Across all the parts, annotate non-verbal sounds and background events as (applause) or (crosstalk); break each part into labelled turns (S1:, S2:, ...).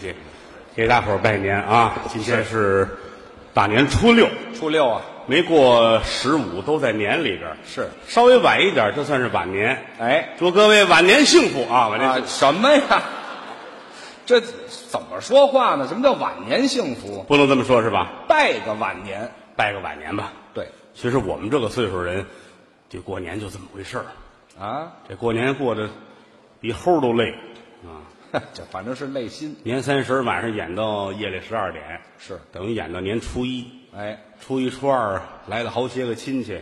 S1: 谢谢给大伙儿拜年啊！今天是大年初六，
S2: 初六啊，
S1: 没过十五都在年里边儿，
S2: 是
S1: 稍微晚一点儿，这算是晚年。
S2: 哎
S1: 祝各位晚年幸福啊！晚年
S2: 啊
S1: 幸福、
S2: 什么呀？ (laughs) 这怎么说话呢？什么叫晚年幸福？
S1: 不能这么说，是吧？
S2: 拜个晚年，
S1: 拜个晚年吧。
S2: 对
S1: 其实我们这个岁数人，这过年就这么回事儿。
S2: 啊， (laughs)
S1: 这过年过得比猴都累啊！
S2: 这反正是内心
S1: 年三十晚上演到夜里十二点，
S2: 是
S1: 等于演到年初一。
S2: 哎，
S1: 初一初二来了好些个亲戚，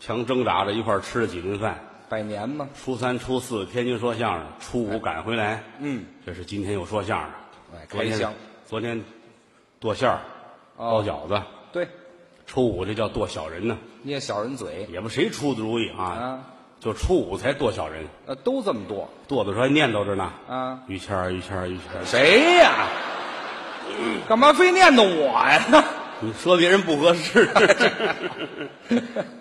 S1: 强挣扎着一块儿吃了几顿饭。
S2: 拜年嘛，
S1: 初三、初四天津说相声，初五赶回来。
S2: 哎嗯，
S1: 这是今天又说相声。
S2: 哎，
S1: 昨
S2: 开
S1: 天
S2: 箱，
S1: 昨天剁馅儿、包
S2: 哦
S1: 饺子，
S2: 对，
S1: 初五这叫剁小人呢，
S2: 捏小人嘴
S1: 也不谁出的主意啊，
S2: 啊，
S1: 就初五才剁小人，
S2: 呃，都这么多
S1: 剁的时候还念叨着呢。
S2: 啊？
S1: 于谦儿，于谦儿，于谦儿，
S2: 谁呀？干嘛非念叨我呀？
S1: 你说别人不合适。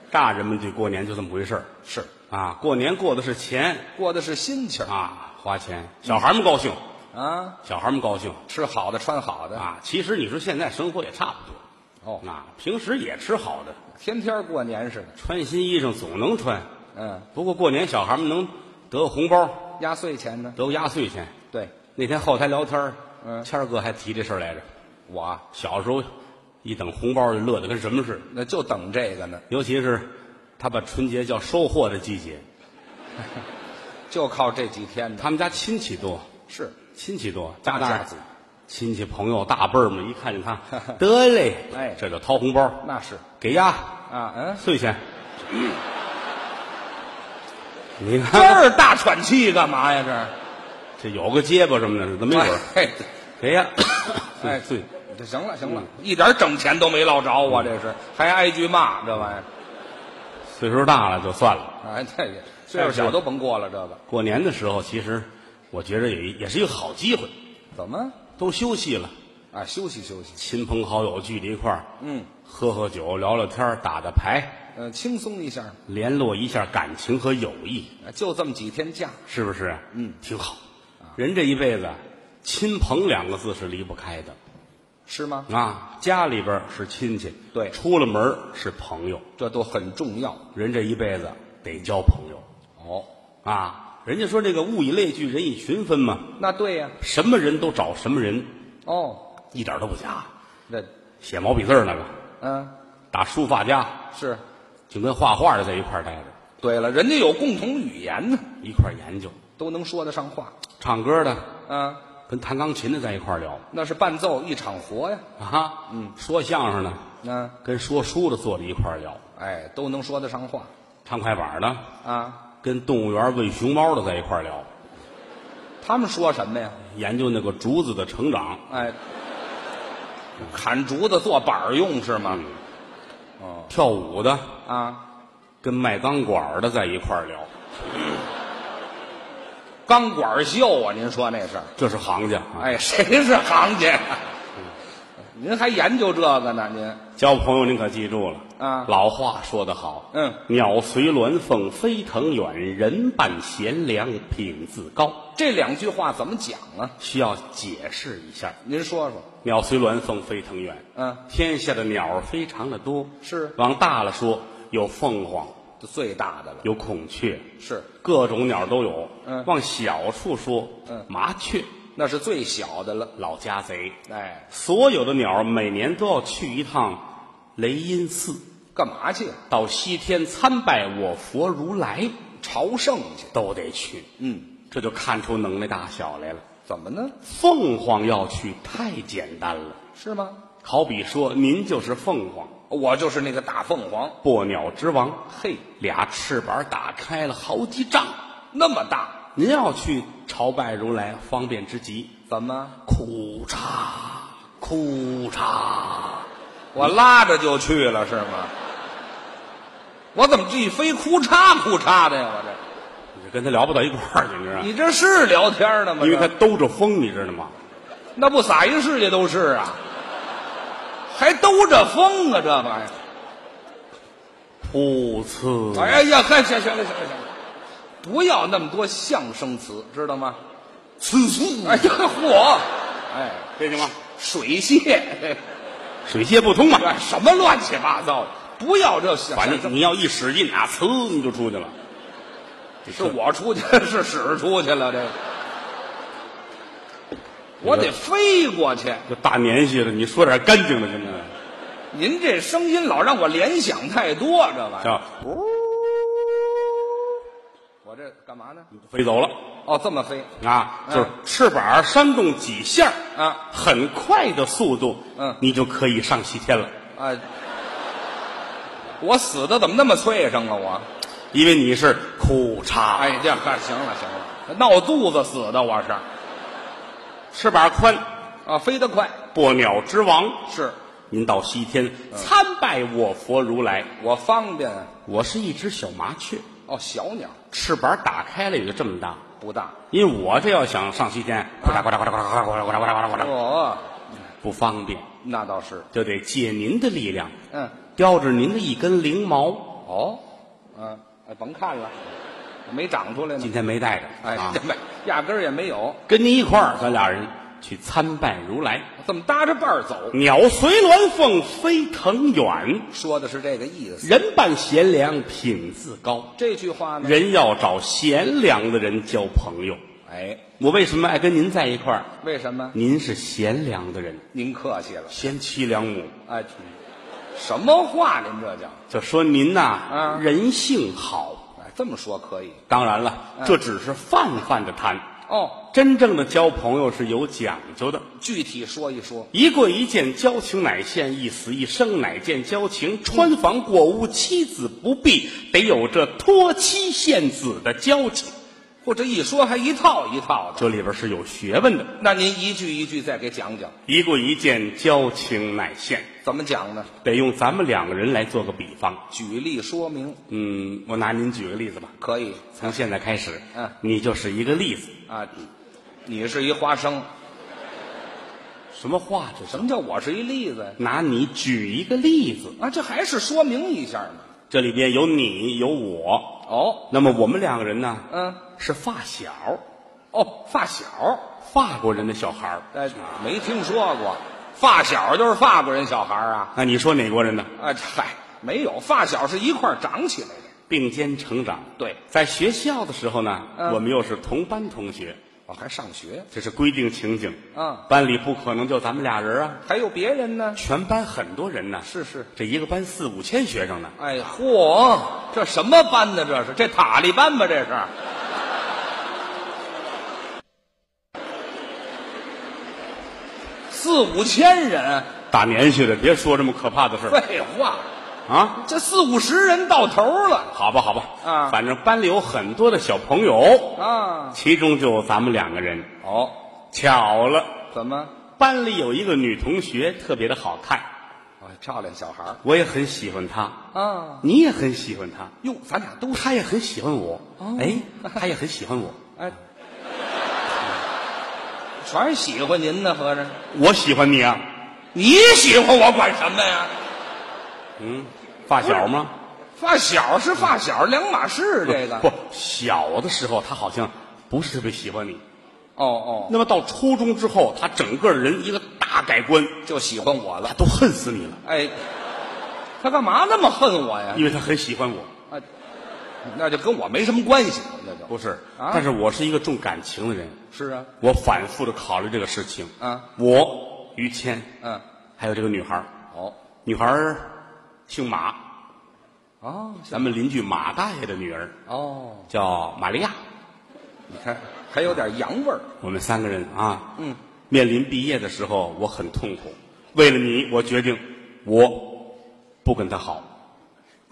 S1: 大人们这过年就这么回事儿
S2: (laughs) 是
S1: 啊，过年过的是钱，
S2: 过的是心情
S1: 啊，花钱，小孩们高兴，
S2: 啊，
S1: 小孩们高兴
S2: 吃好的，穿好的，
S1: 啊。其实你说现在生活也差不多
S2: 哦，
S1: 啊，平时也吃好的，
S2: 天天过年似的，
S1: 穿新衣裳总能穿。
S2: 嗯，
S1: 不过过年小孩们能得个红包，
S2: 压岁钱呢？
S1: 得个压岁钱。
S2: 对，
S1: 那天后台聊天儿，
S2: 嗯
S1: 谦儿哥还提这事儿来着。
S2: 我啊
S1: 小时候一等红包就乐得跟什么似的，
S2: 那就等这个呢，
S1: 尤其是他把春节叫收获的季节。
S2: 就靠这几天呢。
S1: 他们家亲戚多，
S2: 是
S1: 亲戚多，
S2: 大
S1: 那儿
S2: 家族
S1: 亲戚朋友大辈儿们一看见
S2: (laughs)
S1: 他，得嘞，
S2: 哎
S1: 这就掏红包。
S2: 那是
S1: 给呀，
S2: 啊，嗯，
S1: 碎钱。你
S2: 这
S1: 看
S2: 儿大喘气干嘛呀？这儿
S1: 这有个结巴什么的，怎么一会儿？
S2: 哎，
S1: 给呀，
S2: 哎，
S1: 碎碎，
S2: 这行了行了，一点整钱都没落着我这是还挨句骂这玩意
S1: 岁数大了就算了。
S2: 儿，哎，这也岁数小都甭过了，这个
S1: 过年的时候，其实我觉着也也是一个好机会，
S2: 怎么
S1: 都休息了，
S2: 啊？休息休息，
S1: 亲朋好友聚在一块儿，
S2: 嗯，
S1: 喝喝酒，聊聊天儿，打打牌，
S2: 呃，轻松一下，
S1: 联络一下感情和友谊，
S2: 啊就这么几天假，
S1: 是不是？
S2: 嗯，
S1: 挺好。人这一辈子，亲朋两个字是离不开的。
S2: 是吗？
S1: 啊，家里边儿是亲戚，
S2: 对
S1: 出了门儿是朋友，
S2: 这都很重要
S1: 人这一辈子得交朋友
S2: 哦。
S1: 啊。人家说这个物以类聚，人以群分嘛，
S2: 那对呀，
S1: 什么人都找什么人，
S2: 哦，
S1: 一点儿都不假。
S2: 那
S1: 写毛笔字儿那个，
S2: 嗯
S1: 打书法家，
S2: 是
S1: 就跟画画的在一块儿待着，
S2: 对了，人家有共同语言呢，
S1: 一块儿研究；
S2: 都能说得上话，
S1: 唱歌的
S2: 啊。
S1: 跟弹钢琴的在一块儿聊
S2: 那是伴奏一场活呀，
S1: 啊哈，嗯，说相声的
S2: 那
S1: 跟说书的坐在一块儿聊，
S2: 哎都能说得上话
S1: 唱快板的
S2: 啊。
S1: 跟动物园喂熊猫的在一块儿聊，
S2: 他们说什么呀？
S1: 研究那个竹子的成长。
S2: 哎，砍竹子做板儿用是吗？
S1: 嗯，跳舞的
S2: 啊，
S1: 跟卖钢管的在一块儿聊，
S2: 钢管秀啊，您说那是？
S1: 这是行家啊！，
S2: 哎，谁是行家？您还研究这个呢？您
S1: 交朋友您可记住了
S2: 啊
S1: 老话说得好，
S2: 嗯，
S1: 鸟随鸾凤飞腾远，人伴贤良品自高。
S2: 这两句话怎么讲啊？
S1: 需要解释一下，
S2: 您说说。
S1: 鸟随鸾凤飞腾远，
S2: 嗯，
S1: 天下的鸟儿非常的多，
S2: 是
S1: 往大了说有凤凰，
S2: 这最大的了，
S1: 有孔雀，
S2: 是
S1: 各种鸟都有。
S2: 嗯
S1: 往小处说，
S2: 嗯
S1: 麻雀、
S2: 那是最小的了。
S1: 老家贼，
S2: 哎，
S1: 所有的鸟儿每年都要去一趟雷音寺，
S2: 干嘛去？啊
S1: 到西天参拜我佛如来，
S2: 朝圣去。
S1: 都得去。
S2: 嗯，
S1: 这就看出能耐大小来了。
S2: 怎么呢？
S1: 凤凰要去太简单了，
S2: 是吗？
S1: 好比说您就是凤凰，
S2: 我就是那个大凤凰。
S1: 破鸟之王，
S2: 嘿，
S1: 俩翅膀打开了好几丈。
S2: 那么大，
S1: 您要去朝拜如来，方便之极。
S2: 怎么？
S1: 哭嚓，哭嚓，
S2: 我拉着就去了是吗？我怎么这一飞哭嚓哭嚓的呀？我
S1: 你就跟他聊不到一块儿去，你知道
S2: 这，
S1: 吗？
S2: 你这是聊天呢吗？
S1: 啊因为他
S2: 这
S1: 兜着风，你知道吗？
S2: 那不撒一世界都是啊，还兜着风啊，这玩意儿。
S1: 噗呲！
S2: 哎呀，嗨，行行了行了行了，不要那么多相声词，知道吗？
S1: 呲呲！
S2: 哎呀，嚯！哎，
S1: 为什么？
S2: 水蟹，
S1: 水泄不通嘛。
S2: (laughs) 什么乱七八糟的，不要这小
S1: 反正你要一使劲啊，呲你就出去了。
S2: 是我出去， (laughs) 是屎出去了，这个我得飞过去。
S1: 这大年纪了，你说点干净的行不行？
S2: 啊您这声音老让我联想太多，这玩意儿。
S1: 叫
S2: 我这干嘛呢？
S1: 飞走了
S2: 哦，这么飞
S1: 啊，就是翅膀扇动几下
S2: 啊，
S1: 很快的速度，
S2: 嗯
S1: 你就可以上西天了，
S2: 啊！我死的怎么那么脆生啊？我
S1: 因为你是裤衩，
S2: 哎，这样干行了行了，闹肚子死的我是
S1: 翅膀宽，
S2: 啊，飞得快
S1: 破鸟之王。
S2: 是
S1: 您到西天
S2: 嗯
S1: 参拜我佛如来，
S2: 我方便
S1: 我是一只小麻雀，
S2: 哦，小鸟
S1: 翅膀打开了也就这么大。
S2: 不大
S1: 因为我这要想上西天，呱嗒呱嗒呱嗒呱嗒呱嗒呱嗒呱嗒呱嗒呱嗒，
S2: 啊哦，
S1: 不方便，
S2: 那倒是
S1: 就得借您的力量，
S2: 嗯
S1: 叼着您的一根翎毛，
S2: 哦嗯哎，甭看了，没长出来呢
S1: 今，天没带着，
S2: 哎，
S1: 啊
S2: 这，没压根儿也没有，
S1: 跟您一块儿，咱俩人去参拜如来。
S2: 这么搭着伴儿走，
S1: 鸟随鸾凤飞腾远，
S2: 说的是这个意思。
S1: 人伴贤良品自高。
S2: 这句话呢，
S1: 人要找贤良的人交朋友。
S2: 哎，
S1: 我为什么爱跟您在一块儿？
S2: 为什么？
S1: 您是贤良的人，
S2: 您客气了，
S1: 贤妻良母，
S2: 哎，什么话您这叫？
S1: 就说您呐、
S2: 啊
S1: 人性好。
S2: 哎，这么说可以
S1: 当然了，
S2: 嗯
S1: 这只是泛泛的谈，
S2: 哦。
S1: 真正的交朋友是有讲究的。
S2: 具体说一说，
S1: 一跪一见，交情乃现；一死一生，乃见交情。穿房过屋，妻子不避，得有这托妻献子的交情。
S2: 或者一说还一套一套的。
S1: 这里边是有学问的。
S2: 那您一句一句再给讲讲，
S1: 一跪一见，交情乃现，
S2: 怎么讲呢？
S1: 得用咱们两个人来做个比方。
S2: 举例说明
S1: 嗯，我拿您举个例子吧。
S2: 可以
S1: 从现在开始，
S2: 嗯
S1: 你就是一个例子。
S2: 啊。你是一花生，
S1: 什么话这
S2: 什？么叫我是一例子呀？
S1: 拿你举一个例子，
S2: 啊，这还是说明一下嘛。
S1: 这里边有你有我，
S2: 哦，
S1: 那么我们两个人呢？
S2: 嗯，
S1: 是发小，
S2: 哦，发小，
S1: 法国人的小孩儿。
S2: 哎，没听说过，发小就是法国人小孩儿啊。
S1: 那你说哪国人呢？
S2: 啊，嗨，没有，发小是一块儿长起来的。
S1: 并肩成长。
S2: 对，
S1: 在学校的时候呢，
S2: 嗯
S1: 我们又是同班同学，
S2: 我、还上学，
S1: 这是规定情景。
S2: 嗯，
S1: 班里不可能就咱们俩人啊，
S2: 还有别人呢。
S1: 全班很多人呢。
S2: 是是，
S1: 这一个班四五千学生呢。
S2: 哎，嚯，这什么班呢？这是这塔利班吧？这是四五千人，
S1: 大年纪的，别说这么可怕的事儿
S2: 废话，
S1: 啊！
S2: 这四五十人到头了
S1: 好吧，好吧，
S2: 啊
S1: 反正班里有很多的小朋友，
S2: 啊！
S1: 其中就有咱们两个人。
S2: 哦，
S1: 巧了，
S2: 怎么？
S1: 班里有一个女同学特别的好看，
S2: 啊，漂亮小孩儿
S1: 我也很喜欢她，
S2: 啊！
S1: 你也很喜欢她，
S2: 哟，咱俩都
S1: 她也很喜欢我，
S2: 哦
S1: 哎，她也很喜欢我。
S2: 哎，全是喜欢您呢，合着
S1: 我喜欢你啊，
S2: 你喜欢我管什么呀？
S1: 发小吗？
S2: 发小是发小，两码事。这个
S1: (laughs) 不，小的时候他好像不是特别喜欢你，
S2: 哦
S1: 那么到初中之后，他整个人一个大改观，
S2: 哦，就喜欢我
S1: 他
S2: 了。
S1: 都恨死你了，
S2: 哎，他干嘛那么恨我呀？
S1: 因为他很喜欢我。
S2: 啊，那就跟我没什么关系，那就
S1: 不是，
S2: 啊
S1: 但是我是一个重感情的人，
S2: 是啊，
S1: 我反复的考虑这个事情。
S2: 啊，
S1: 我于谦，
S2: 嗯，
S1: 还有这个女孩儿，
S2: 哦
S1: 女孩儿姓马，
S2: 哦
S1: 咱们邻居马大爷的女儿
S2: 哦，
S1: 叫玛利亚。
S2: 你看还有点洋味儿。
S1: 我们三个人啊，
S2: 嗯，
S1: 面临毕业的时候，我很痛苦。为了你，我决定我不跟他好，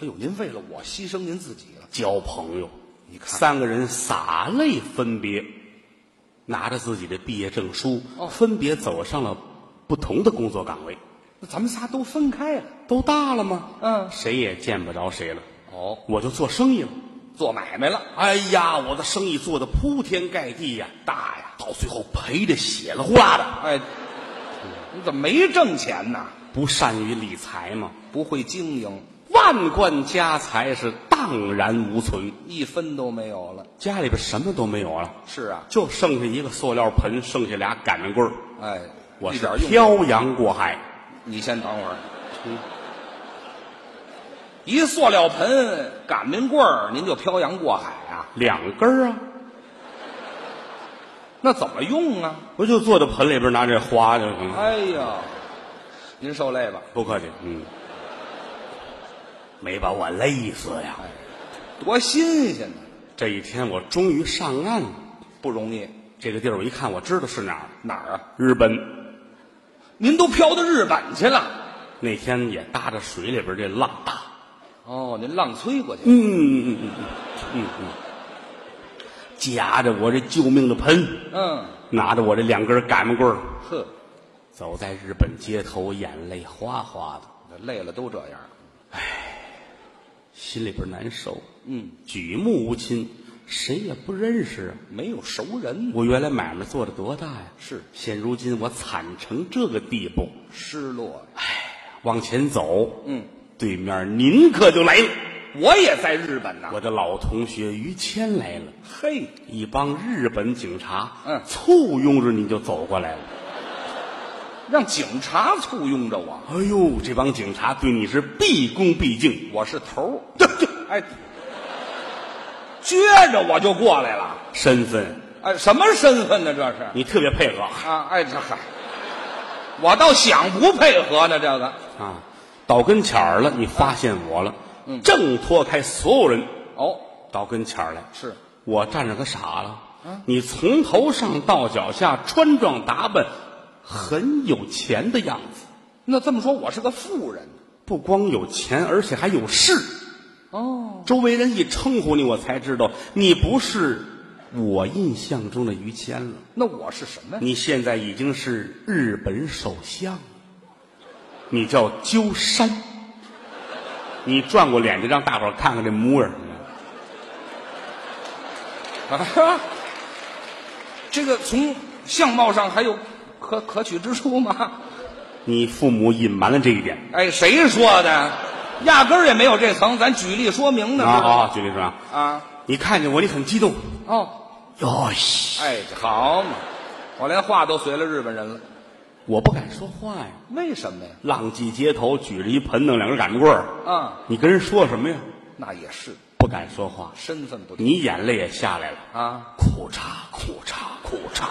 S2: 哎呦，您为了我牺牲您自己了，
S1: 交朋友。
S2: 你看
S1: 三个人洒泪分别，拿着自己的毕业证书，
S2: 哦
S1: 分别走上了不同的工作岗位。
S2: 那咱们仨都分开了。
S1: 都大了吗？
S2: 嗯
S1: 谁也见不着谁了，
S2: 哦，
S1: 我就做生意了。
S2: 做买卖了，
S1: 哎呀，我的生意做的铺天盖地呀，大呀，到最后赔的血了呼啦的。
S2: 哎，你怎么没挣钱呢？
S1: 不善于理财嘛，
S2: 不会经营，
S1: 万贯家财是荡然无存，
S2: 一分都没有了。
S1: 家里边什么都没有了，
S2: 是啊，
S1: 就剩下一个塑料盆，剩下俩擀面棍儿。
S2: 哎，
S1: 我
S2: 一
S1: 是
S2: 点用都没有
S1: 漂洋过海，
S2: 你先等会儿。一塑料盆擀面棍儿，您就漂洋过海啊？
S1: 两根儿啊，
S2: 那怎么用啊？
S1: 不就坐到盆里边拿这花就行了？
S2: 哎呀，您受累吧，
S1: 不客气，嗯，没把我累死呀！
S2: 多新鲜呢，
S1: 这一天我终于上岸了。
S2: 不容易。
S1: 这个地儿我一看，我知道是哪儿，
S2: 哪儿啊？
S1: 日本。
S2: 您都漂到日本去了？
S1: 那天也搭着水里边，这浪大。
S2: 哦，您浪吹过去？
S1: 嗯嗯嗯嗯嗯嗯，夹着我这救命的盆，
S2: 嗯，
S1: 拿着我这两根擀面棍儿，
S2: 呵，
S1: 走在日本街头，眼泪哗哗的，
S2: 这累了都这样。
S1: 心里边难受。
S2: 嗯，
S1: 举目无亲，谁也不认识。啊
S2: 没有熟人，
S1: 我原来买卖做的多大呀？
S2: 是
S1: 现如今我惨成这个地步，
S2: 失落。
S1: 往前走，
S2: 嗯，
S1: 对面您可就来了，
S2: 我也在日本呢。
S1: 我的老同学于谦来了。
S2: 嘿，
S1: 一帮日本警察，
S2: 嗯
S1: 簇拥着你就走过来了。
S2: 让警察簇拥着我，
S1: 哎呦，这帮警察对你是毕恭毕敬，
S2: 我是头儿。
S1: 对对，
S2: 哎，撅着我就过来了。
S1: 身份
S2: 哎，什么身份呢？这是
S1: 你特别配合
S2: 啊，哎，这嗨，我倒想不配合呢。这个
S1: 啊。到跟前儿了，你发现我了，正脱开所有人，
S2: 哦，
S1: 到跟前儿来，
S2: 是
S1: 我站着可傻了。你从头上到脚下穿装打扮很有钱的样子，
S2: 那这么说，我是个富人
S1: 不光有钱，而且还有势。
S2: 哦。
S1: 周围人一称呼你，我才知道你不是我印象中的于谦了。
S2: 那我是什么呀？
S1: 你现在已经是日本首相，你叫鸠山。你转过脸去，让大伙儿看看这模样。
S2: 啊， (laughs) 这个从相貌上还有可可取之处吗？
S1: 你父母隐瞒了这一点
S2: 哎，谁说的？压根儿也没有这层，咱举例说明呢。
S1: 啊啊！举例说啊，
S2: 啊
S1: 你看见我，你很激动。
S2: 哦，
S1: 哟西，
S2: 哎，好嘛，我连话都随了日本人了。
S1: 我不敢说话呀。
S2: 为什么呀？
S1: 浪迹街头，举着一盆子，两根擀面棍儿。
S2: 啊，
S1: 你跟人说什么呀？
S2: 那也是
S1: 不敢说话。
S2: 身份不同
S1: 你眼泪也下来了。
S2: 啊。
S1: 苦叉苦叉苦叉，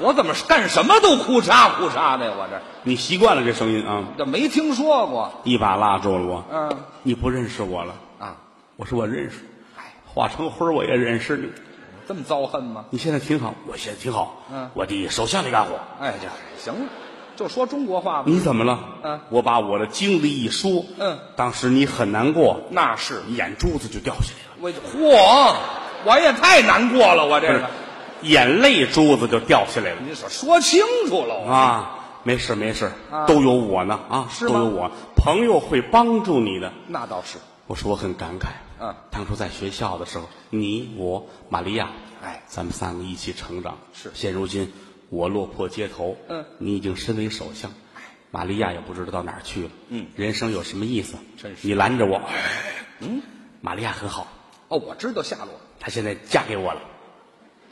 S2: 我怎么干什么都哭嚓哭嚓的呀？我这
S1: 你习惯了这声音啊！
S2: 这没听说过。
S1: 一把拉住了我，
S2: 嗯
S1: 你不认识我了？
S2: 啊，
S1: 我说我认识，
S2: 哎，
S1: 化成灰儿我也认识你。
S2: 这么遭恨吗？
S1: 你现在挺好，我现在挺好。
S2: 嗯
S1: 我的手下没干活。
S2: 哎，这行了，就说中国话吧。
S1: 你怎么了？
S2: 嗯
S1: 我把我的经历一说，
S2: 嗯，
S1: 当时你很难过，
S2: 那是
S1: 你眼珠子就掉下来了，
S2: 我嚯，我也太难过了，我这
S1: 不
S2: 个，
S1: 是，眼泪珠子就掉下来了
S2: 你说说清楚了，
S1: 啊！没事没事
S2: 啊，
S1: 都有我呢啊，
S2: 是
S1: 都
S2: 吗
S1: 有我，朋友会帮助你的。
S2: 那倒是，
S1: 我说我很感慨，
S2: 嗯，
S1: 当初在学校的时候，你我玛利亚，
S2: 哎
S1: 咱们三个一起成长。
S2: 是
S1: 现如今我落魄街头，
S2: 嗯，
S1: 你已经身为首相，玛利亚也不知道到哪儿去了，
S2: 嗯，
S1: 人生有什么意思？
S2: 真是
S1: 你拦着我，嗯，玛利亚很好，
S2: 哦，我知道下落，
S1: 她现在嫁给我了，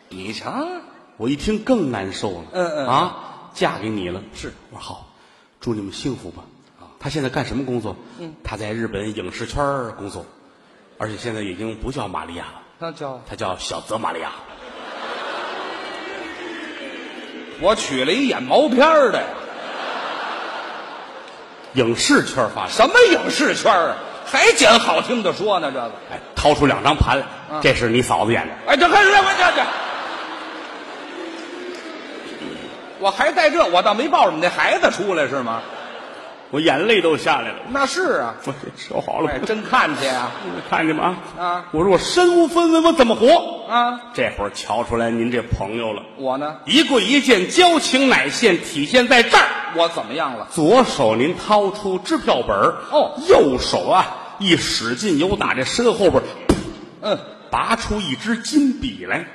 S2: 你瞧，
S1: 我一听更难受了，
S2: 嗯嗯
S1: 啊，嫁给你了，
S2: 是，
S1: 我说好，祝你们幸福吧。她现在干什么工作？嗯，她在日本影视圈儿工作，而且现在已经不叫玛利亚了。
S2: 那叫
S1: 他叫小泽玛利亚，
S2: 我娶了一演毛片儿的呀，
S1: 影视圈发生。
S2: 什么影视圈儿啊，还捡好听的说呢，这个，
S1: 哎，掏出两张盘来，
S2: 嗯
S1: 这是你嫂子演的。
S2: 哎，这看这这这，我还带这，我倒没抱着你那孩子出来是吗？
S1: 我眼泪都下来了，
S2: 那是啊，
S1: 我这手好了，
S2: 哎，真看去啊，
S1: 看见吗？
S2: 啊
S1: 我说我身无分文，我怎么活？
S2: 啊，
S1: 这会儿瞧出来您这朋友了，
S2: 我呢，
S1: 一跪一见，交情乃现，体现在这儿。
S2: 我怎么样了？
S1: 左手您掏出支票本儿
S2: 哦
S1: 右手啊一使劲由打这身后边儿
S2: 嗯。
S1: 拔出一支金笔来，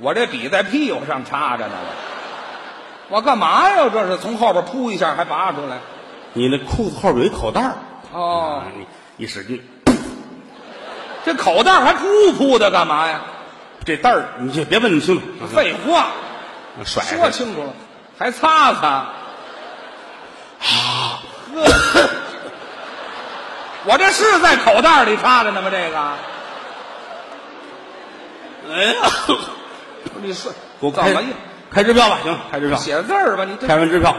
S2: 我这笔在屁股上插着呢，我我干嘛呀？这是从后边扑一下还拔出来？
S1: 你那裤子后边有一口袋儿
S2: 哦
S1: 啊你一使劲，
S2: 这口袋还扑扑的干嘛呀？
S1: 这袋儿嗯你就别问那么清楚，
S2: 废话，
S1: 甩
S2: 说
S1: 开。
S2: 清楚了，还擦擦，
S1: 啊
S2: 我这是在口袋里插着呢吗？这个，
S1: 哎呀，
S2: 你是
S1: (laughs) 我
S2: 怎
S1: 开
S2: 么呀？
S1: 开支票吧，行，开支票，
S2: 写字儿吧，你这
S1: 开完支票，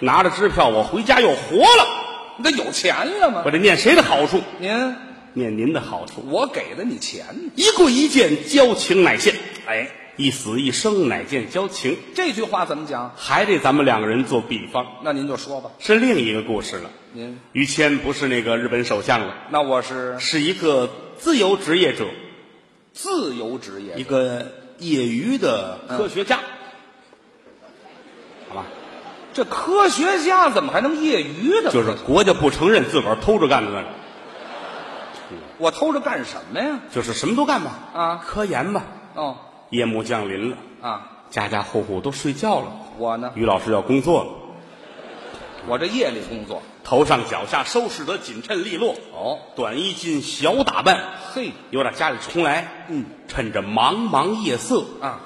S1: 拿着支票，我回家又活了。
S2: 你这有钱了吗
S1: 我？这念谁的好处？
S2: 您，
S1: 念您的好处。
S2: 我给的你钱，
S1: 一跪一见，交情乃现；
S2: 哎，
S1: 一死一生，乃见交情。
S2: 这句话怎么讲？
S1: 还得咱们两个人做比方，
S2: 那您就说吧，
S1: 是另一个故事了。
S2: 您，
S1: 于谦不是那个日本首相了，
S2: 那我是
S1: 是一个自由职业者，
S2: 自由职
S1: 一
S2: 业，
S1: 个业余的科学家，好吧？
S2: 这科学家怎么还能业余 (laughs) 的？
S1: 就是国家不承认自个儿偷着干的那个，
S2: 我偷着干什么呀？
S1: 就是什么都干吧，
S2: 啊
S1: 科研吧。
S2: 哦
S1: 夜幕降临了，
S2: 啊，
S1: 家家户户都睡觉了，
S2: 我呢，
S1: 于老师要工作了，
S2: 我这夜里工作。
S1: 头上脚下收拾得紧趁利落，
S2: 哦，
S1: 短衣襟，小打扮，
S2: 嘿
S1: 有点家里重来。
S2: 嗯，
S1: 趁着茫茫夜色，
S2: 啊，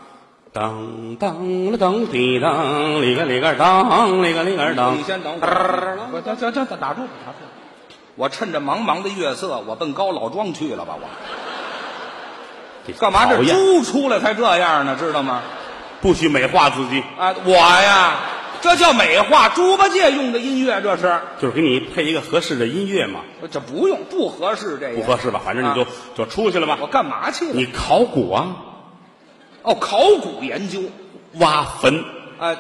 S1: 当当了当滴当，里个里个当，里个里个当
S2: 你。先等我，我这这这打住打住！我趁着茫茫的月色，我奔高老庄去了吧？我干嘛
S1: 讨
S2: 这
S1: 厌？
S2: 猪出来才这样呢？知道吗？
S1: 不许美化自己，
S2: 啊，我呀，这叫美化，猪八戒用的音乐这是，
S1: 就是给你配一个合适的音乐嘛，
S2: 这不用不合适这
S1: 不
S2: 个。
S1: 合适吧？反正你就、
S2: 啊
S1: 就出去了吧
S2: 我。干嘛去了？
S1: 你考古啊，
S2: 哦，考古研究，
S1: 挖坟，
S2: 啊，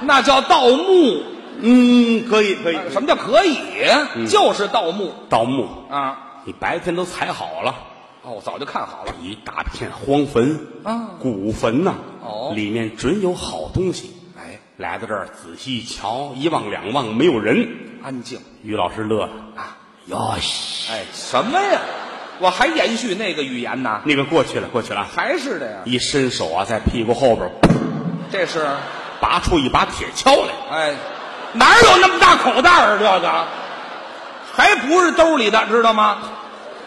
S2: 那叫盗墓。
S1: 嗯，可以可以。
S2: 啊什么叫可以？就是盗墓
S1: 盗墓
S2: 啊！
S1: 你白天都踩好了，
S2: 哦，我早就看好了。
S1: 一大片荒坟
S2: 啊
S1: 古坟呐、
S2: 哦
S1: 里面准有好东西。
S2: 哎，
S1: 来到这儿仔细一瞧，一望两望没有人，
S2: 安静。
S1: 于老师乐了啊，哟西，
S2: 哎，什么呀？我还延续那个语言呢？
S1: 那个过去了，过去了啊，
S2: 还是的呀？
S1: 一伸手啊，在屁股后边噗
S2: 这是，
S1: 拔出一把铁锹来，
S2: 哎，哪有那么大口袋儿啊？这个还不是兜里的，知道吗？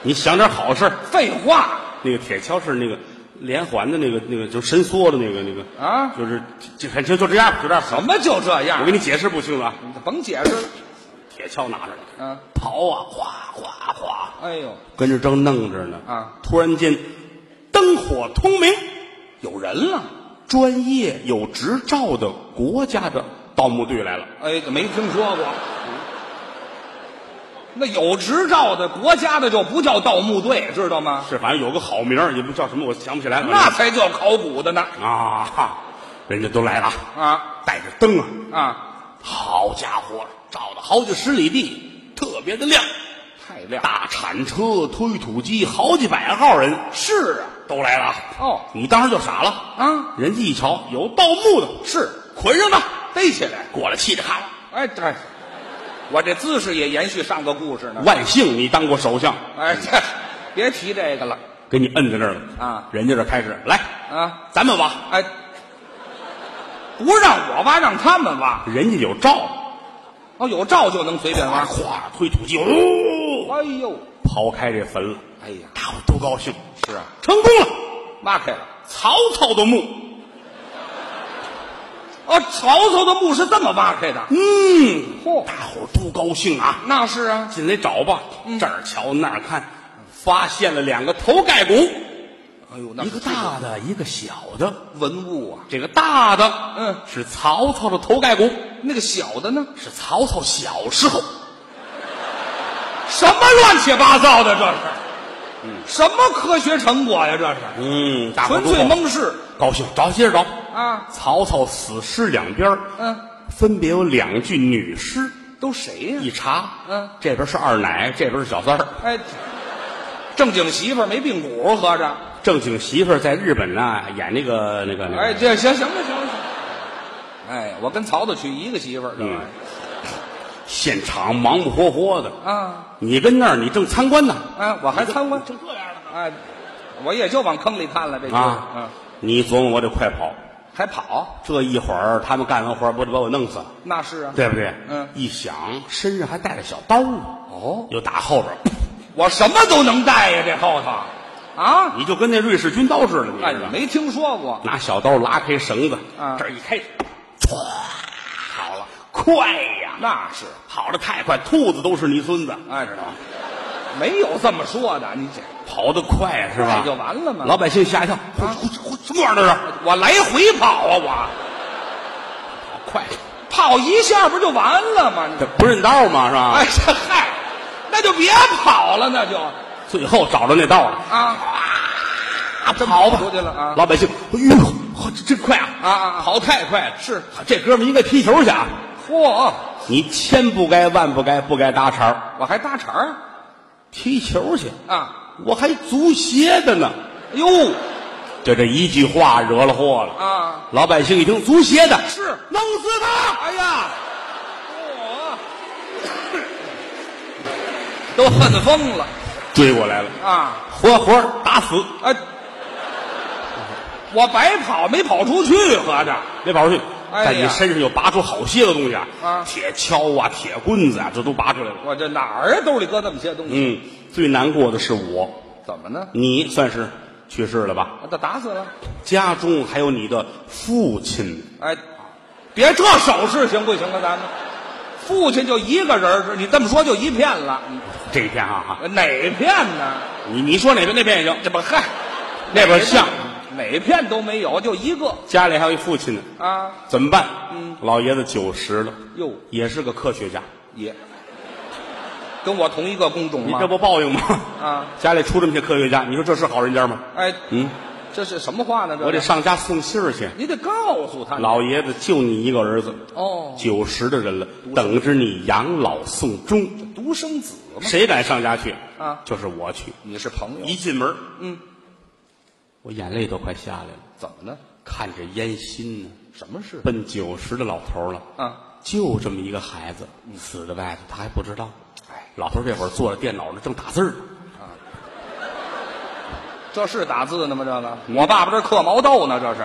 S1: 你想点好事儿。
S2: 废话
S1: 那个铁锹是那个连环的那个那个，就是伸缩的那个那个，
S2: 啊！
S1: 就是就就就就这样，就这样。
S2: 什么就这
S1: 我
S2: 样？
S1: 给你解释不清楚啊，
S2: 你甭解释了。
S1: 铁锹拿着呢，
S2: 嗯、
S1: 刨啊，哗哗哗。
S2: 哎呦，
S1: 跟这正弄着呢
S2: 啊！
S1: 突然间，灯火通明，
S2: 有人了！
S1: 专业有执照的国家的盗墓队来了。
S2: 哎，没听说过。那有执照的国家的就不叫盗墓队，知道吗？
S1: 是，反正有个好名儿，也不叫什么，我想不起来了。
S2: 那才叫考古的呢！
S1: 啊，哈人家都来了，
S2: 啊
S1: 带着灯啊，
S2: 啊，
S1: 好家伙，照了好几十里地，特别的亮。
S2: 太亮了！
S1: 大铲车、推土机，好几百号人
S2: 是啊，
S1: 都来了。
S2: 哦
S1: 你当时就傻了。
S2: 啊，
S1: 人家一瞧，有盗墓的，
S2: 是
S1: 捆上他，
S2: 逮起来。
S1: 过来气着咔啦。
S2: 哎，对，我这姿势也延续上个故事呢。
S1: 万幸你当过首相，
S2: 哎，这别提这个了
S1: 给你摁在那儿了
S2: 啊
S1: 人家这开始来，
S2: 啊！
S1: 咱们挖，
S2: 哎，不让我挖，让他们挖。
S1: 人家有照，
S2: 哦，有照就能随便
S1: 哗
S2: 挖。
S1: 哗推土机，哦，
S2: 哎呦，
S1: 刨开这坟了，
S2: 哎呀，
S1: 大伙都高兴，
S2: 是啊，
S1: 成功了，
S2: 挖开了。
S1: 曹操的墓，
S2: 哦，曹操的墓是这么挖开的。
S1: 嗯，
S2: 嚯、
S1: 大伙儿都高兴啊，
S2: 那是啊。
S1: 进来找吧，
S2: 嗯
S1: 这儿瞧那儿看，发现了两个头盖骨，
S2: 哎呦，那
S1: 一
S2: 是
S1: 个大的，一个小的，
S2: 文物啊。
S1: 这个大的，
S2: 嗯
S1: 是曹操的头盖骨，
S2: 那个小的呢？
S1: 是曹操小时候。
S2: 什么乱七八糟的这是？什么科学成果呀？这是
S1: 嗯，大伙儿
S2: 纯
S1: 都
S2: 粹
S1: 高兴
S2: 蒙事
S1: 高兴，找接着找。
S2: 啊！
S1: 曹操死尸两边儿
S2: 嗯，
S1: 分别有两具女尸，
S2: 都谁呀、
S1: 一查，
S2: 嗯，
S1: 这边是二奶，这边是小三儿。
S2: 哎，正经媳妇儿没病骨，合着。
S1: 正经媳妇儿在日本呢，演那个那个那个，
S2: 哎，这行行了行了行了。哎，我跟曹操娶一个媳妇儿，这玩意
S1: 嗯现场忙忙活活的。
S2: 儿啊，
S1: 你跟那儿，你正参观呢，
S2: 哎，我还参观，
S1: 成这样了
S2: 哎，我也就往坑里看了，这就
S1: 啊！你琢磨我得快跑，
S2: 嗯，还跑，
S1: 这一会儿他们干完活儿不得把我弄死，
S2: 那是啊，
S1: 对不对？
S2: 嗯
S1: 一想身上还带着小刀呢，
S2: 哦，
S1: 又打后边儿，
S2: 我什么都能带呀，这后头啊，
S1: 你就跟那瑞士军刀似的，你
S2: 哎
S1: 知道，吗？
S2: 没听说过，
S1: 拿小刀拉开绳子，
S2: 啊
S1: 这儿一开，歘，好了，快呀！啊，
S2: 那是，
S1: 跑得太快，兔子都是你孙子，
S2: 哎，知道吗？没有这么说的，你这
S1: 跑得快是吧？
S2: 快哎就完了啊嘛
S1: 老百姓吓一跳，呼呼呼什么玩意儿这是？
S2: 我来回跑啊，
S1: 跑快，
S2: 我跑一下不就完了吗？你
S1: 这不认道嘛是吧？
S2: 哎，这嗨，那就别跑了，那就
S1: 最后找着那道了，
S2: 啊，
S1: 啊，跑吧
S2: 出去了啊
S1: 老百姓，哎呦，呵这真快啊
S2: 啊啊啊
S1: 跑太快了，
S2: 是
S1: 这哥们儿应该踢球去啊！
S2: 嚯，
S1: 你千不该万不该，不该搭茬儿
S2: 我还搭茬儿
S1: 踢球去，
S2: 啊，
S1: 我还足协的呢。
S2: 哟
S1: 就这一句话惹了祸了，
S2: 啊，
S1: 老百姓一听足协的，
S2: 是，
S1: 弄死他！
S2: 哎呀，嚯，都恨疯了
S1: 追过来了，
S2: 啊！
S1: 活活打死，
S2: 哎，我白跑没跑出去，合着
S1: 没跑出去。
S2: 哎呀
S1: 在你身上又拔出好些个东西啊，
S2: 啊
S1: 铁锹啊，铁棍子啊，这都拔出来了。
S2: 我这哪儿啊？兜里搁那么些东西，
S1: 嗯，最难过的是我，
S2: 怎么呢？
S1: 你算是去世了吧？
S2: 啊，这打死了！
S1: 家中还有你的父亲，
S2: 哎，别这手势行不行啊？咱们父亲就一个人儿是，你这么说就一片了，
S1: 这一片啊，
S2: 嗯哪片呢？
S1: 你你说哪边那边也行，
S2: 这不嗨，
S1: 那边像
S2: 哪片都没有，就一个
S1: 家里还有一父亲呢，
S2: 啊！
S1: 怎么办？嗯，老爷子九十了，
S2: 哟，
S1: 也是个科学家，
S2: 也跟我同一个工种
S1: 你
S2: 吗？
S1: 这不报应吗？ (laughs)
S2: 啊，
S1: 家里出这么些科学家，你说这是好人家吗？
S2: 哎，
S1: 嗯，
S2: 这是什么话呢？这
S1: 我得上家送信儿去。
S2: 你得告诉他
S1: 老爷子就你一个儿子，
S2: 哦，
S1: 九十的人了，等着你养老送终，
S2: 独生子嘛。
S1: 谁敢上家去？
S2: 啊
S1: 就是我去。
S2: 你是朋友，
S1: 一进门，
S2: 嗯，
S1: 我眼泪都快下来了，
S2: 怎么呢？
S1: 看着烟熏呢，
S2: 什么事？
S1: 奔九十的老头了，
S2: 啊，
S1: 就这么一个孩子，死在外头，他还不知道。
S2: 哎，
S1: 老头这会儿坐着电脑呢，正打字呢。
S2: 这是打字呢吗？这个，我爸爸这刻毛豆呢，这是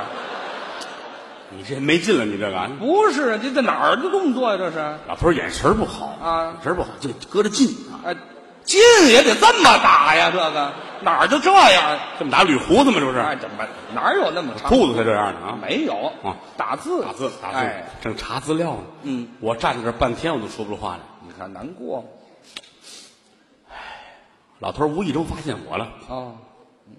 S1: 你这没劲了，你这个啊
S2: 不是？这这哪儿的动作呀、这是？
S1: 老头眼神不好
S2: 啊
S1: 眼神不好，就搁着劲啊，
S2: 哎，进也得这么打呀，这个哪儿就这样？
S1: 这么打捋胡子嘛，这不
S2: 哎，
S1: 是？
S2: 怎么哪有那么长？
S1: 兔子才这样的啊。
S2: 没有
S1: 啊
S2: 打字
S1: 打字打字，
S2: 哎，
S1: 正查资料呢。
S2: 嗯，
S1: 我站在这儿半天，我都说不出话来。
S2: 你看难过吗
S1: 老头儿无意中发现我了，
S2: 哦，嗯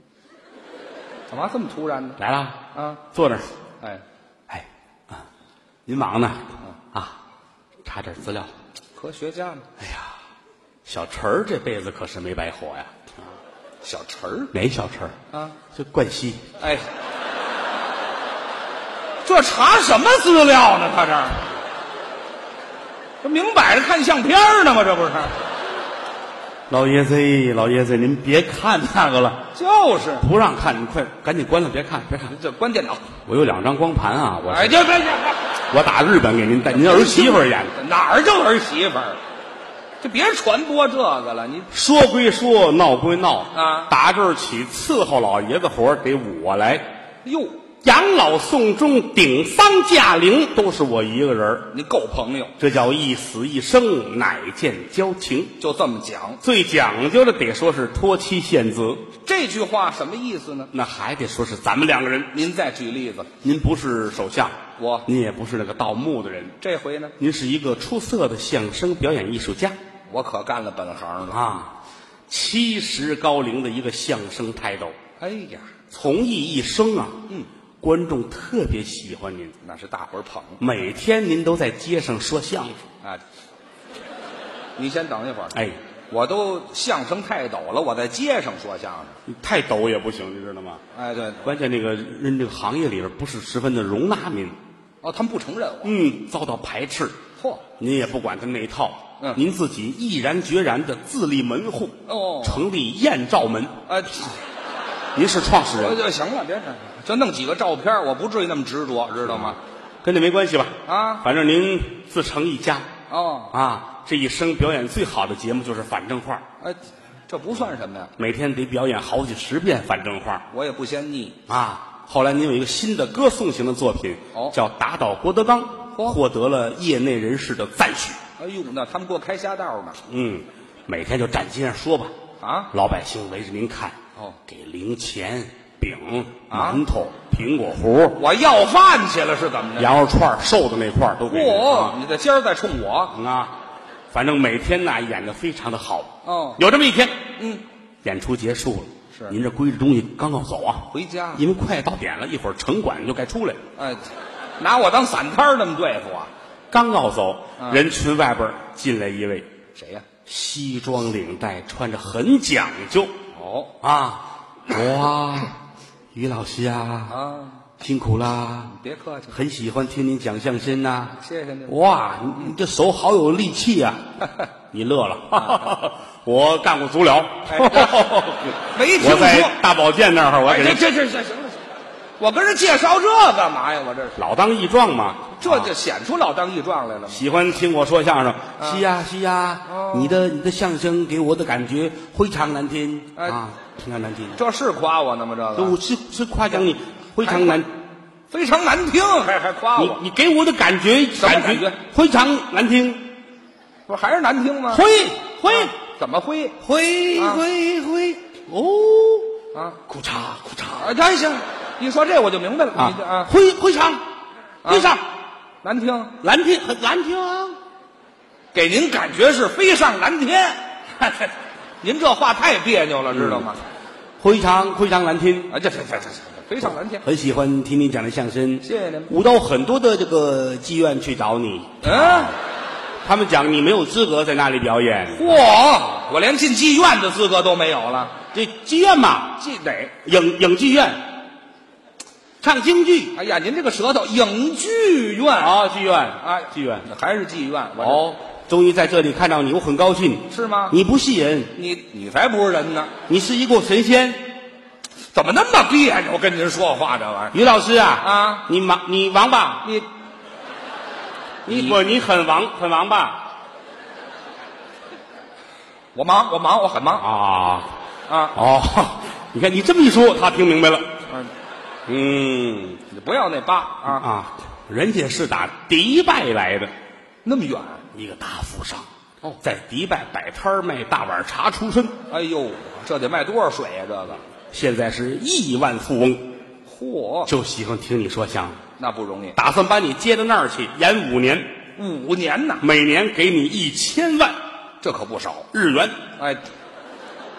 S2: 干嘛这么突然呢？
S1: 来了，
S2: 啊，
S1: 坐那儿。
S2: 哎，
S1: 哎，啊，您忙呢？
S2: 嗯
S1: 啊，查点资料。
S2: 科学家呢？
S1: 哎呀，小陈儿这辈子可是没白活呀。
S2: 小陈儿
S1: 哪小陈儿？
S2: 啊，
S1: 这冠希。
S2: 哎，这查什么资料呢？他这儿这明摆着看相片儿呢吗？这不是？
S1: 老爷子，老爷子，您别看那个了，
S2: 就是
S1: 不让看，你快赶紧关了，别看，别看。
S2: 这关电脑，
S1: 我有两张光盘啊，我
S2: 哎，这这这
S1: 我打日本给您带，您儿媳妇儿演的。
S2: 哪儿就儿媳妇儿？就别传播这个了，你
S1: 说归说，闹归闹
S2: 啊
S1: 打这儿起，伺候老爷子活儿得我来，
S2: 哟，
S1: 养老送终、顶丧驾灵都是我一个人儿
S2: 你够朋友，
S1: 这叫一死一生，乃见交情。
S2: 就这么讲
S1: 最讲究的得说是托妻献子，
S2: 这句话什么意思呢？
S1: 那还得说是咱们两个人。
S2: 您再举例子，
S1: 您不是首相，
S2: 我
S1: 您也不是那个盗墓的人，
S2: 这回呢，
S1: 您是一个出色的相声表演艺术家
S2: 我可干了本行了。
S1: 啊，七十高龄的一个相声泰斗。
S2: 哎呀，
S1: 从艺一生啊，
S2: 嗯，
S1: 观众特别喜欢您，
S2: 那是大伙儿捧
S1: 每天您都在街上说相声，
S2: 啊。你先等一会儿，
S1: 哎，
S2: 我都相声太抖了，我在街上说相声。
S1: 你太抖也不行，你知道吗？
S2: 哎，对，
S1: 关键那个人这个行业里边不是十分的容纳您，
S2: 哦，他们不承认我。
S1: 嗯，遭到排斥，
S2: 嚯，
S1: 您也不管他那一套，
S2: 嗯
S1: 您自己毅然决然的自立门户，
S2: 哦
S1: 成立燕赵门，
S2: 哎，
S1: 您是创始
S2: 我
S1: 人，
S2: 就行了，别这样，就弄几个照片，我不至于那么执着，知道吗？
S1: 跟这没关系吧？
S2: 啊，
S1: 反正您自成一家
S2: 哦，
S1: 啊，这一生表演最好的节目就是反正话。
S2: 哎，这不算什么呀，
S1: 每天得表演好几十遍反正话
S2: 我也不嫌腻。
S1: 啊。后来您有一个新的歌颂型的作品，
S2: 哦
S1: 叫《打倒郭德纲》，
S2: 嚯
S1: 获得了业内人士的赞许。
S2: 哎呦，那他们给我开瞎道呢
S1: 嗯，每天就站街上说吧，
S2: 啊！
S1: 老百姓围着您看，
S2: 哦
S1: 给零钱、饼、
S2: 啊
S1: 馒头、苹果核、
S2: 我要饭去了是怎么着？
S1: 羊肉串、瘦的那块儿都给你
S2: 嚯，
S1: 啊
S2: 你这今儿再冲我
S1: 嗯啊！反正每天呐演的非常的好。
S2: 哦
S1: 有这么一天，
S2: 嗯，
S1: 演出结束了，
S2: 是
S1: 您这归置东西刚要走啊，
S2: 回家
S1: 因为快到点了，一会儿城管就该出来了。
S2: 哎，拿我当散摊儿那么对付啊？
S1: 刚要走，
S2: 嗯
S1: 人群外边进来一位，
S2: 谁呀、
S1: 西装领带，穿着很讲究
S2: 哦
S1: 啊！
S2: (laughs)
S1: 哇，于老师啊，
S2: 啊，
S1: 辛苦啦！
S2: 别客气，
S1: 很喜欢听您讲相声呐、
S2: 谢谢您。
S1: 哇，你你这手好有力气
S2: (laughs)
S1: 啊！你乐了， (laughs) 我干过足疗，
S2: 哎没
S1: (laughs)
S2: 听
S1: 我在
S2: 说。
S1: 大保健那儿，我给
S2: 哎，这
S1: 人
S2: 这这这行了行了，我跟人介绍这干嘛呀？我这是
S1: 老当益壮嘛。
S2: 这就显出老当益壮来了嘛。
S1: 喜欢听我说相声，是呀是呀
S2: 啊哦，
S1: 你的你的相声给我的感觉非常难听
S2: 哎
S1: 啊，非常难听。
S2: 这是夸我呢吗？这个
S1: 我是是夸奖你，非常难，
S2: 非常难听，还还夸
S1: 你
S2: 我，
S1: 你给我的感觉
S2: 什么感觉
S1: 非常难听，
S2: 不还是难听吗？
S1: 灰灰
S2: 啊怎么灰
S1: 灰
S2: 啊
S1: 灰灰哦，
S2: 啊？
S1: 裤衩裤衩
S2: 啊，行行，一说这我就明白了。你这
S1: 啊，
S2: 啊，
S1: 灰灰常
S2: 啊
S1: 灰常
S2: 难听，
S1: 难听很难听啊，
S2: 给您感觉是飞上蓝天。 (laughs) 您这话太别扭了，知道吗？
S1: 非常非常难听。
S2: 啊，这这这这这飞上蓝天。
S1: 很喜欢听你讲的相声，
S2: 谢谢您
S1: 舞到很多的这个妓院去找你，
S2: 嗯，
S1: 他们讲你没有资格在那里表演。
S2: 嚯，我连进妓院的资格都没有了。
S1: 这妓院嘛，
S2: 妓哪？
S1: 影影剧院，唱京剧
S2: 哎呀，您这个舌头，影剧院啊，
S1: 啊，剧院
S2: 哎
S1: 剧院。
S2: 还是妓院？我这，
S1: 哦，终于在这里看到你，我很高兴。
S2: 是吗？
S1: 你不是人，
S2: 你你才不是人呢！
S1: 你是一个神仙。
S2: 怎么那么别扭？跟您说话这玩意
S1: 于老师啊
S2: 啊，
S1: 你王你王八，
S2: 儿，你
S1: 你不你很王很王八
S2: 我忙，我忙，我很忙
S1: 啊？
S2: 啊！
S1: 哦， (laughs) 你看你这么一说，他听明白了。
S2: 嗯，
S1: 嗯
S2: 你不要那疤啊，
S1: 啊，人家是打迪拜来的，
S2: 那么远。
S1: 一个大富商。哦，在迪拜摆摊儿卖大碗茶出身，
S2: 哎呦，这得卖多少水呀、这个，
S1: 现在是亿万富翁，
S2: 嚯，
S1: 就喜欢听你说相声。
S2: 那不容易，
S1: 打算把你接到那儿去演五年，
S2: 五年呐，
S1: 每年给你一千万
S2: 这可不少。
S1: 日元
S2: 哎，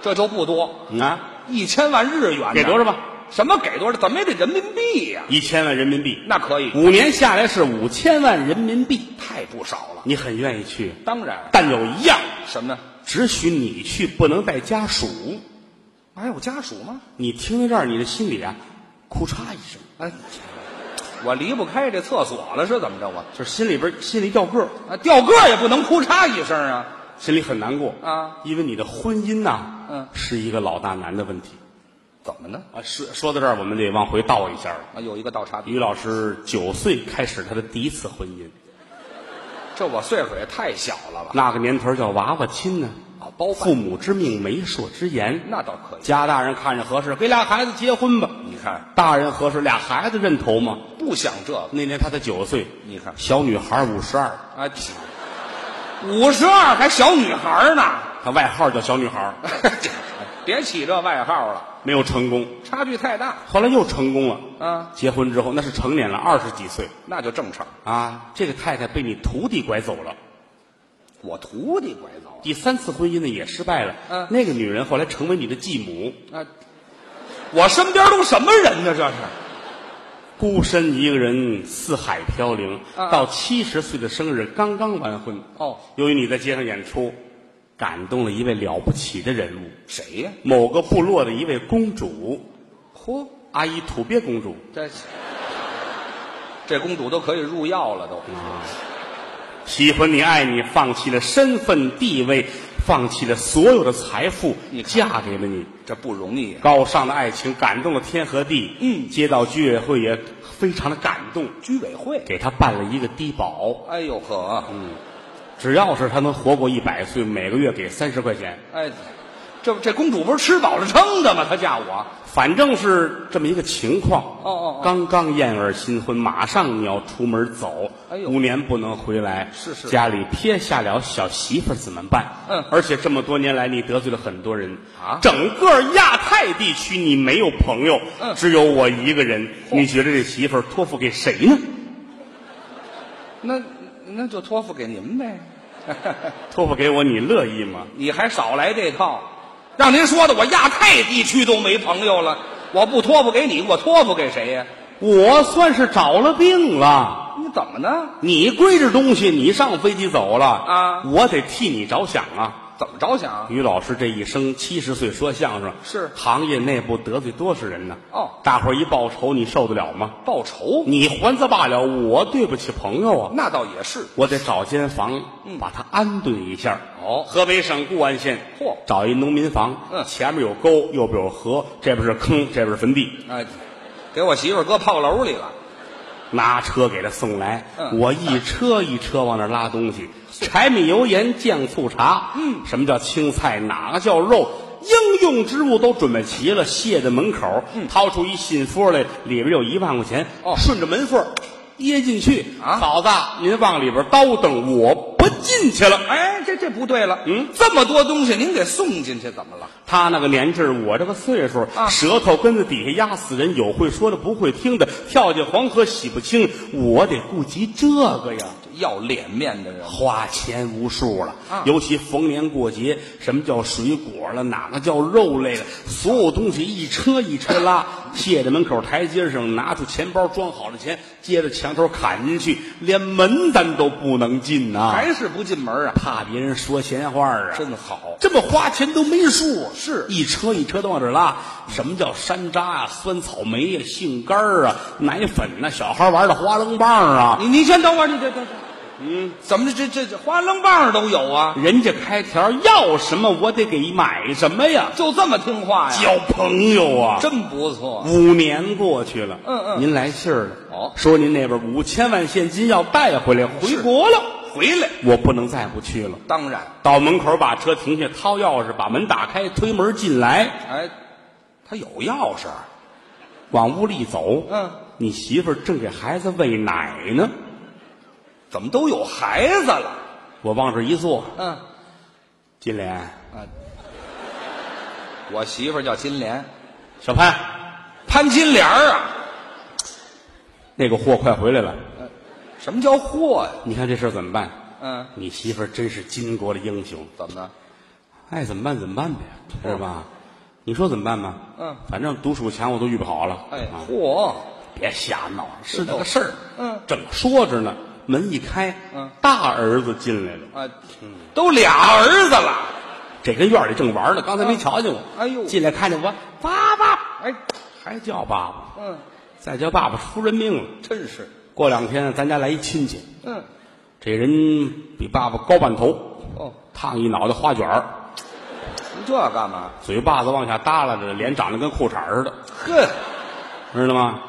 S2: 这就不多，
S1: 啊，
S2: 一千万日元呢
S1: 给多少？吧？
S2: 什么给多少？怎么也得人民币呀、
S1: 一千万人民币，
S2: 那可以，
S1: 五年下来是五千万人民币，
S2: 太不少了。
S1: 你很愿意去，
S2: 当然，
S1: 但有一样，
S2: 什么？
S1: 只许你去，不能带家属。
S2: 还有家属吗？
S1: 你听到这儿，你的心里啊，哭嚓一声，
S2: 哎，我离不开这厕所了，是怎么着？我
S1: 就是心里边心里掉个儿，
S2: 啊，掉个儿也不能哭嚓一声啊！
S1: 心里很难过
S2: 啊，
S1: 因为你的婚姻呐、
S2: 嗯
S1: 是一个老大难的问题
S2: 怎么呢？
S1: 啊。说说到这儿，我们得往回倒一下了。
S2: 啊，有一个倒插
S1: 于
S2: 笔，
S1: 老师九岁开始他的第一次婚姻，
S2: 这我岁数也太小了吧？
S1: 那个年头叫娃娃亲呢，
S2: 啊，包
S1: 父
S2: 饭
S1: 母之命，媒妁之言。
S2: 那倒可以。
S1: 家大人看着合适，给俩孩子结婚吧。
S2: 你看，
S1: 大人合适，俩孩子认头吗？
S2: 不想这个，
S1: 那年他才九岁，
S2: 你看
S1: 小女孩五十二，
S2: 啊，五十二还小女孩呢，
S1: 她外号叫小女孩，
S2: (laughs) 别起这外号了，
S1: 没有成功。
S2: 差距太大
S1: 后来又成功了，
S2: 啊，
S1: 结婚之后那是成年了，二十几岁
S2: 那就正常。
S1: 啊。这个太太被你徒弟拐走了，
S2: 我徒弟拐走
S1: 第三次婚姻呢也失败了。
S2: 嗯
S1: 那个女人后来成为你的继母，
S2: 啊，我身边都什么人呢？这是
S1: 孤身一个人四海飘零，
S2: 啊
S1: 到七十岁的生日刚刚完婚。
S2: 哦，
S1: 由于你在街上演出，感动了一位了不起的人物，
S2: 谁呀？
S1: 某个部落的一位公主，
S2: 嚯，
S1: 阿依土鳖公主，
S2: 这这公主都可以入药了都。
S1: 喜欢你爱你，放弃了身份地位，放弃了所有的财富
S2: 你，看
S1: 嫁给了你。
S2: 这不容易啊呀，
S1: 高尚的爱情感动了天和地，
S2: 嗯
S1: 街道居委会也非常的感动，
S2: 居委会。
S1: 给她办了一个低保，
S2: 哎呦呵，
S1: 只要是她能活过一百岁，每个月给三十块钱。
S2: 哎，这这公主不是吃饱了撑的吗？她嫁我，
S1: 反正是这么一个情况。
S2: 哦哦哦
S1: 刚刚燕儿新婚，马上你要出门走，
S2: 哎呦
S1: 五年不能回来，
S2: 是是
S1: 家里撇下了小媳妇儿怎么办？
S2: 嗯
S1: 而且这么多年来你得罪了很多人
S2: 啊
S1: 整个亚太地区你没有朋友，
S2: 嗯
S1: 只有我一个人，你觉得这媳妇儿托付给谁呢？
S2: 那那就托付给您呗。 (laughs)
S1: 托付给我，你乐意吗？
S2: 你还少来这套，让您说的我亚太地区都没朋友了，我不托付给你，我托付给谁呀、
S1: 我算是找了病了。
S2: 你怎么呢？
S1: 你归置东西，你上飞机走了
S2: 啊
S1: 我得替你着想啊。
S2: 怎么着想？
S1: 于老师这一生七十岁说相声，
S2: 是
S1: 行业内部得罪多少人呢？
S2: 哦
S1: 大伙儿一报仇，你受得了吗？
S2: 报仇？
S1: 你还则罢了，我对不起朋友啊！
S2: 那倒也是。
S1: 我得找间房，把他安顿一下。
S2: 嗯哦
S1: 河北省固安县，
S2: 嚯
S1: 找一农民房，
S2: 嗯
S1: 前面有沟，右边有河，这边是坑，这边是坟地。
S2: 哎，给我媳妇儿搁炮楼里了。
S1: 拿车给他送来，
S2: 嗯
S1: 我一车一车往那儿拉东西，柴米油盐酱醋茶，
S2: 嗯
S1: 什么叫青菜，哪个叫肉，应用之物都准备齐了，卸在门口，掏出一信封来，里边有一万块钱，
S2: 嗯哦
S1: 顺着门缝儿掖进去，
S2: 啊
S1: 嫂子，您往里边叨等，我不进去了。
S2: 哎，这这不对了。
S1: 嗯，
S2: 这么多东西您给送进去，怎么了？
S1: 他那个年纪儿，我这个岁数，
S2: 啊
S1: 舌头根子底下压死人，有会说的，不会听的，跳进黄河洗不清，我得顾及这个呀。
S2: 哎要脸面的人，
S1: 花钱无数了，
S2: 啊
S1: 尤其逢年过节，什么叫水果了，哪个叫肉类了，所有东西一车一车拉，
S2: (laughs)
S1: 卸在门口台阶上，拿出钱包装好了钱，接着墙头砍进去，连门咱都不能进呐、
S2: 还是不进门啊？
S1: 怕别人说闲话啊。
S2: 真好，
S1: 这么花钱都没数，
S2: 是
S1: 一车一车的往这拉。什么叫山楂啊、酸草莓呀、杏干儿啊、奶粉呐、小孩玩的花楞棒啊，
S2: 你你先等会儿，你这这这，嗯，怎么这这这花楞棒都有啊？
S1: 人家开条要什么，我得给买什么呀？
S2: 就这么听话呀？
S1: 交朋友啊！
S2: 真不错，
S1: 五年过去了，
S2: 嗯嗯
S1: 您来信儿了，
S2: 哦
S1: 说您那边五千万现金要带回来，回国了，
S2: 回来
S1: 我不能再不去了。
S2: 当然，
S1: 到门口把车停下，掏钥匙，把门打开，推门进来，
S2: 哎，他有钥匙，
S1: 往屋里一走，
S2: 嗯，
S1: 你媳妇儿正给孩子喂奶呢，
S2: 怎么都有孩子了？
S1: 我往这一坐，
S2: 嗯
S1: 金莲，
S2: 啊，我媳妇儿叫金莲，
S1: 小潘，
S2: 潘金莲儿啊，
S1: 那个货快回来了，
S2: 什么叫货呀、
S1: 你看这事儿怎么办？
S2: 嗯，
S1: 你媳妇儿真是巾帼的英雄。
S2: 怎么了？
S1: 爱怎么办怎么办呗，是吧？你说怎么办吧？
S2: 哦嗯，
S1: 反正独属墙我都预备好了。
S2: 哎
S1: 啊，
S2: 嚯，
S1: 别瞎闹，是
S2: 是
S1: 那
S2: 那
S1: 个
S2: 个
S1: 事儿。
S2: 嗯
S1: 正说着呢，门一开，
S2: 嗯，
S1: 大儿子进来了，
S2: 啊，都俩儿子了，
S1: 这跟院里正玩呢，刚才没瞧见我。
S2: 哎呦
S1: 进来看见我，爸爸，
S2: 哎，
S1: 还叫爸爸，
S2: 嗯，
S1: 再叫爸爸出人命了。
S2: 真是，
S1: 过两天咱家来一亲戚，
S2: 嗯，
S1: 这人比爸爸高半头，
S2: 哦，
S1: 烫一脑袋花卷儿，
S2: 你这干嘛？
S1: 嘴巴子往下耷拉着，脸长得跟裤衩儿似的。
S2: 呵，
S1: 知道吗？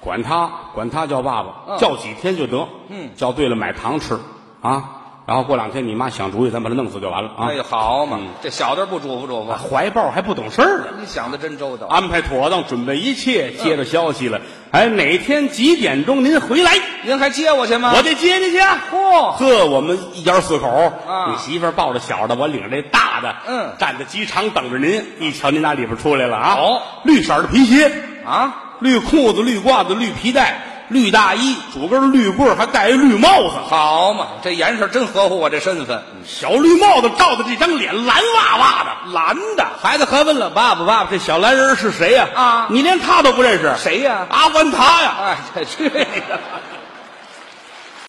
S1: 管他，管他叫爸爸，
S2: 嗯
S1: 叫几天就得。
S2: 嗯
S1: 叫对了买糖吃啊。然后过两天你妈想主意，咱把他弄死就完了啊。
S2: 哎呦，好嘛，
S1: 嗯
S2: 这小的不嘱咐嘱咐，
S1: 怀抱还不懂事儿呢，
S2: 你想的真周到。
S1: 安排妥当，准备一切，接着消息了。哎，哪天几点钟您回来，
S2: 您还接我去吗？
S1: 我得接您去啊。
S2: 嚯，
S1: 呵，我们一家四口，
S2: 啊
S1: 你媳妇儿抱着小的，我领着这大的，
S2: 嗯
S1: 站在机场等着您。一瞧您打里边出来了啊，
S2: 哦，
S1: 绿色的皮鞋，
S2: 啊，
S1: 绿裤子、绿褂子、绿皮带、绿大衣，主根绿棍儿还戴一绿帽子。
S2: 好嘛，这严实真合乎我这身份。
S1: 小绿帽子罩的这张脸蓝哇哇的。
S2: 蓝的
S1: 孩子还问了爸爸：“爸爸，这小蓝人是谁呀、
S2: 啊
S1: 你连他都不认识？
S2: 谁呀
S1: 阿凡达呀！
S2: 哎，这去你的吧！